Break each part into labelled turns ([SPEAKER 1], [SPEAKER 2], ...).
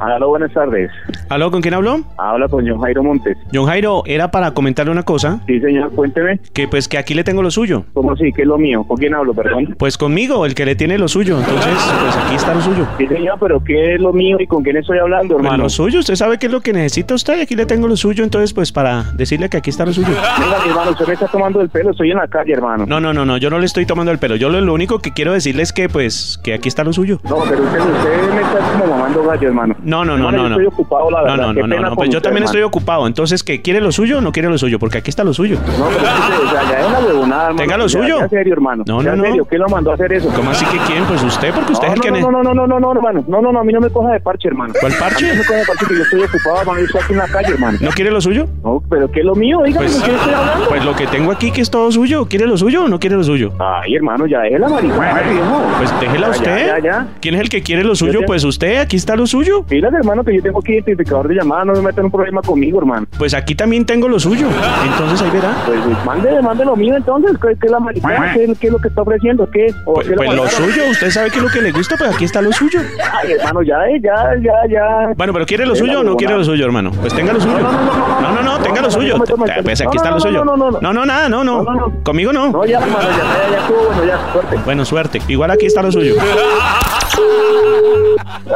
[SPEAKER 1] Aló, buenas tardes.
[SPEAKER 2] Aló, ¿con quién habló?
[SPEAKER 1] Habla con John Jairo Montes.
[SPEAKER 2] John Jairo, era para comentarle una cosa,
[SPEAKER 1] Sí, señor, cuénteme.
[SPEAKER 2] que pues que aquí le tengo lo suyo.
[SPEAKER 1] ¿Cómo sí? ¿Qué es lo mío? ¿Con quién hablo, perdón?
[SPEAKER 2] Pues conmigo, el que le tiene lo suyo. Entonces, pues aquí está lo suyo.
[SPEAKER 1] Sí, señor, pero ¿qué es lo mío y con quién estoy hablando,
[SPEAKER 2] Pues
[SPEAKER 1] hermano?
[SPEAKER 2] lo suyo, usted sabe qué es lo que necesita usted y aquí le tengo lo suyo, entonces pues para decirle que aquí está lo suyo.
[SPEAKER 1] Venga, mi hermano, usted me está tomando el pelo, estoy en la calle, hermano.
[SPEAKER 2] No, no, no, no, yo no le estoy tomando el pelo. Yo lo, lo único que quiero decirle es que pues que aquí está lo suyo.
[SPEAKER 1] No, pero usted, usted me está como mamando gallo, hermano.
[SPEAKER 2] No, no, no,
[SPEAKER 1] Hermano,
[SPEAKER 2] no,
[SPEAKER 1] yo
[SPEAKER 2] no.
[SPEAKER 1] Estoy ocupado, la
[SPEAKER 2] No,
[SPEAKER 1] verdad.
[SPEAKER 2] no,
[SPEAKER 1] Qué
[SPEAKER 2] no, no,
[SPEAKER 1] pena
[SPEAKER 2] no,
[SPEAKER 1] con
[SPEAKER 2] pues yo
[SPEAKER 1] usted,
[SPEAKER 2] también estoy
[SPEAKER 1] hermano.
[SPEAKER 2] ocupado. Entonces, que ¿Quiere lo suyo o no quiere lo suyo? Porque aquí está lo suyo.
[SPEAKER 1] No, pero es que, o sea, ya es la huevonada, hermano.
[SPEAKER 2] Tenga lo
[SPEAKER 1] Ya-
[SPEAKER 2] suyo.
[SPEAKER 1] ya en serio, hermano.
[SPEAKER 2] No,
[SPEAKER 1] Ya
[SPEAKER 2] no,
[SPEAKER 1] en
[SPEAKER 2] no.
[SPEAKER 1] serio, ¿quién lo mandó a hacer eso?
[SPEAKER 2] ¿Cómo así que quién? Pues usted, porque usted es el que... ne-
[SPEAKER 1] no, no, no, no, no, no, no, hermano. No, no, no, a mí no me coja de parche, hermano.
[SPEAKER 2] ¿Cuál
[SPEAKER 1] A mí
[SPEAKER 2] parche?
[SPEAKER 1] no me coja de parche que yo estoy ocupado, hermano. Yo estoy aquí en la calle, hermano.
[SPEAKER 2] ¿No quiere lo suyo?
[SPEAKER 1] No, pero ¿qué es lo mío? Dígame,
[SPEAKER 2] Pues-
[SPEAKER 1] ¿con quién estoy hablando?
[SPEAKER 2] Pues lo que tengo aquí que es todo suyo. ¿Quiere lo suyo o no quiere lo suyo?
[SPEAKER 1] Ay, hermano, ya es la marihuana, viejo.
[SPEAKER 2] Pues déjela
[SPEAKER 1] Ya,
[SPEAKER 2] usted.
[SPEAKER 1] Ya, ya, ya.
[SPEAKER 2] ¿Quién es el que quiere lo suyo?
[SPEAKER 1] te-
[SPEAKER 2] Pues usted, aquí está lo suyo.
[SPEAKER 1] Mira, hermano, que yo tengo aquí identificador de llamada, no me metan un problema conmigo, hermano.
[SPEAKER 2] Pues aquí también tengo lo suyo. Entonces ahí verá.
[SPEAKER 1] Pues pues, mande, mande lo mío entonces, ¿qué, qué es la marihuana? ¿Qué, qué es lo que está ofreciendo? ¿Qué es? ¿O
[SPEAKER 2] Pues,
[SPEAKER 1] qué le
[SPEAKER 2] pues lo
[SPEAKER 1] mandaron?
[SPEAKER 2] suyo, usted sabe que es lo que le gusta, pues aquí está lo suyo.
[SPEAKER 1] Ay, hermano, ya, eh, ya, ya, ya.
[SPEAKER 2] Bueno, pero ¿quiere lo
[SPEAKER 1] Es la
[SPEAKER 2] suyo o no quiere lo
[SPEAKER 1] huevonada.
[SPEAKER 2] suyo, hermano? Pues tenga lo suyo.
[SPEAKER 1] No, no, no, no, no,
[SPEAKER 2] No, no, no,
[SPEAKER 1] no,
[SPEAKER 2] tenga
[SPEAKER 1] no,
[SPEAKER 2] lo
[SPEAKER 1] no,
[SPEAKER 2] suyo.
[SPEAKER 1] no me tomes el
[SPEAKER 2] Pues
[SPEAKER 1] pelo.
[SPEAKER 2] aquí
[SPEAKER 1] No, no,
[SPEAKER 2] está lo
[SPEAKER 1] no,
[SPEAKER 2] suyo.
[SPEAKER 1] no, no, no.
[SPEAKER 2] No, no, nada, no, no.
[SPEAKER 1] No, no, no.
[SPEAKER 2] Conmigo no.
[SPEAKER 1] No, ya, hermano, ya, ya, ya estuvo, bueno, ya, suerte.
[SPEAKER 2] Bueno, suerte. Igual aquí está lo suyo.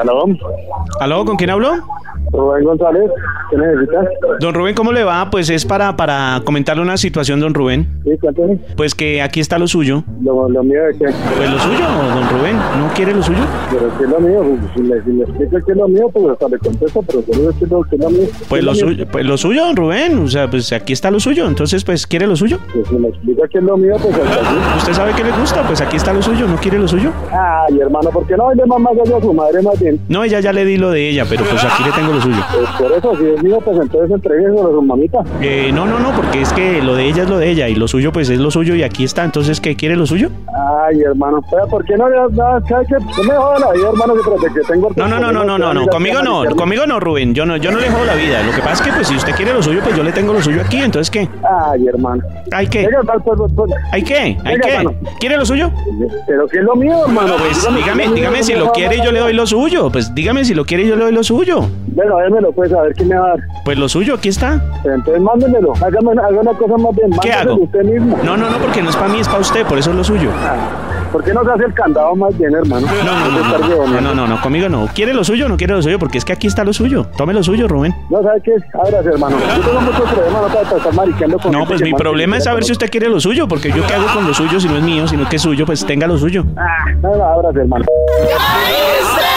[SPEAKER 1] Aló,
[SPEAKER 2] ¿Aló? ¿Con quién hablo?
[SPEAKER 1] Rubén González, ¿qué necesitas?
[SPEAKER 2] Don Rubén, ¿cómo le va? Pues es para, para comentarle una situación, don Rubén.
[SPEAKER 1] Sí, cuéntame.
[SPEAKER 2] Pues que aquí está lo suyo.
[SPEAKER 1] Lo, lo mío es que,
[SPEAKER 2] Pues lo suyo, don Rubén. ¿No quiere lo suyo?
[SPEAKER 1] pero ¿qué es lo mío? Si le, si le explico qué es lo mío, pues hasta le contesto, pero si no le explico qué es lo mío. ¿qué
[SPEAKER 2] Pues
[SPEAKER 1] es
[SPEAKER 2] lo,
[SPEAKER 1] mío?
[SPEAKER 2] suyo, pues lo suyo, don Rubén. O sea, pues aquí está lo suyo. Entonces, pues, ¿quiere lo suyo?
[SPEAKER 1] Pues si me explica qué es lo mío, pues hasta aquí.
[SPEAKER 2] Usted sabe que le gusta, pues aquí está lo suyo. ¿No quiere lo suyo?
[SPEAKER 1] Ay, hermano, ¿por qué no vende más más gallo a su madre más bien?
[SPEAKER 2] No, ella ya le di lo de ella, pero pues aquí le tengo lo suyo.
[SPEAKER 1] Pues por eso, si es mío, pues entonces entreguéselo a su mamita.
[SPEAKER 2] Eh, no, no, no, porque es que lo de ella es lo de ella y lo suyo, pues es lo suyo y aquí está. Entonces, ¿qué quiere lo suyo?
[SPEAKER 1] Ay, hermano, pero ¿por qué no le das nada? ¿Sabes qué? No me jodas la vida, hermano, que tras de que tengo...
[SPEAKER 2] No, no, no, no, no, no, no. Conmigo no, conmigo no, Rubén. Yo no, yo no le jodo la vida. Lo que pasa es que, pues, si usted quiere lo suyo, pues yo le tengo lo suyo aquí. Entonces, ¿qué?
[SPEAKER 1] Ay, hermano.
[SPEAKER 2] ¿Hay qué?
[SPEAKER 1] Venga, tal, pues, pues, pues.
[SPEAKER 2] ¿Hay qué? ¿Hay
[SPEAKER 1] Venga,
[SPEAKER 2] qué?
[SPEAKER 1] hermano.
[SPEAKER 2] ¿Quiere lo suyo?
[SPEAKER 1] Pero ¿qué es lo mío, hermano?
[SPEAKER 2] Pues
[SPEAKER 1] Dígame, ¿qué
[SPEAKER 2] dígame,
[SPEAKER 1] es
[SPEAKER 2] dígame
[SPEAKER 1] mío?
[SPEAKER 2] si
[SPEAKER 1] No me
[SPEAKER 2] lo
[SPEAKER 1] jodas
[SPEAKER 2] quiere
[SPEAKER 1] la
[SPEAKER 2] yo le
[SPEAKER 1] vida.
[SPEAKER 2] doy lo suyo. Pues dígame si lo quiere yo le doy lo suyo.
[SPEAKER 1] Bueno, démelo, pues, a ver qué me va a dar.
[SPEAKER 2] Pues lo suyo, aquí está.
[SPEAKER 1] Pero Entonces, mándemelo. Hágame una, haga una cosa más bien.
[SPEAKER 2] ¿Qué
[SPEAKER 1] mándemelo
[SPEAKER 2] hago?
[SPEAKER 1] usted mismo.
[SPEAKER 2] No, no, no, porque no es para mí, es para usted, por eso es lo suyo.
[SPEAKER 1] Ah, ¿Por qué no se hace el candado más bien, hermano?
[SPEAKER 2] No, no,
[SPEAKER 1] Hay que
[SPEAKER 2] no,
[SPEAKER 1] estar
[SPEAKER 2] no, no,
[SPEAKER 1] huevoneando.
[SPEAKER 2] no, no, no, conmigo no. ¿Quiere lo suyo o no quiere lo suyo? Porque es que aquí está lo suyo. Tome lo suyo, Rubén.
[SPEAKER 1] No, ¿sabes qué? Ábrase, hermano. Yo tengo muchos problemas, no te vas a estar mariqueando con
[SPEAKER 2] No,
[SPEAKER 1] gente
[SPEAKER 2] pues
[SPEAKER 1] que
[SPEAKER 2] mi
[SPEAKER 1] más
[SPEAKER 2] problema
[SPEAKER 1] que
[SPEAKER 2] es saber si
[SPEAKER 1] quiera,
[SPEAKER 2] usted quiere lo suyo, porque yo qué hago
[SPEAKER 1] Ah,
[SPEAKER 2] con lo suyo si no es mío, sino que es suyo, pues tenga lo suyo.
[SPEAKER 1] pero- No, no, ábrase, hermano.
[SPEAKER 3] ¡Ay,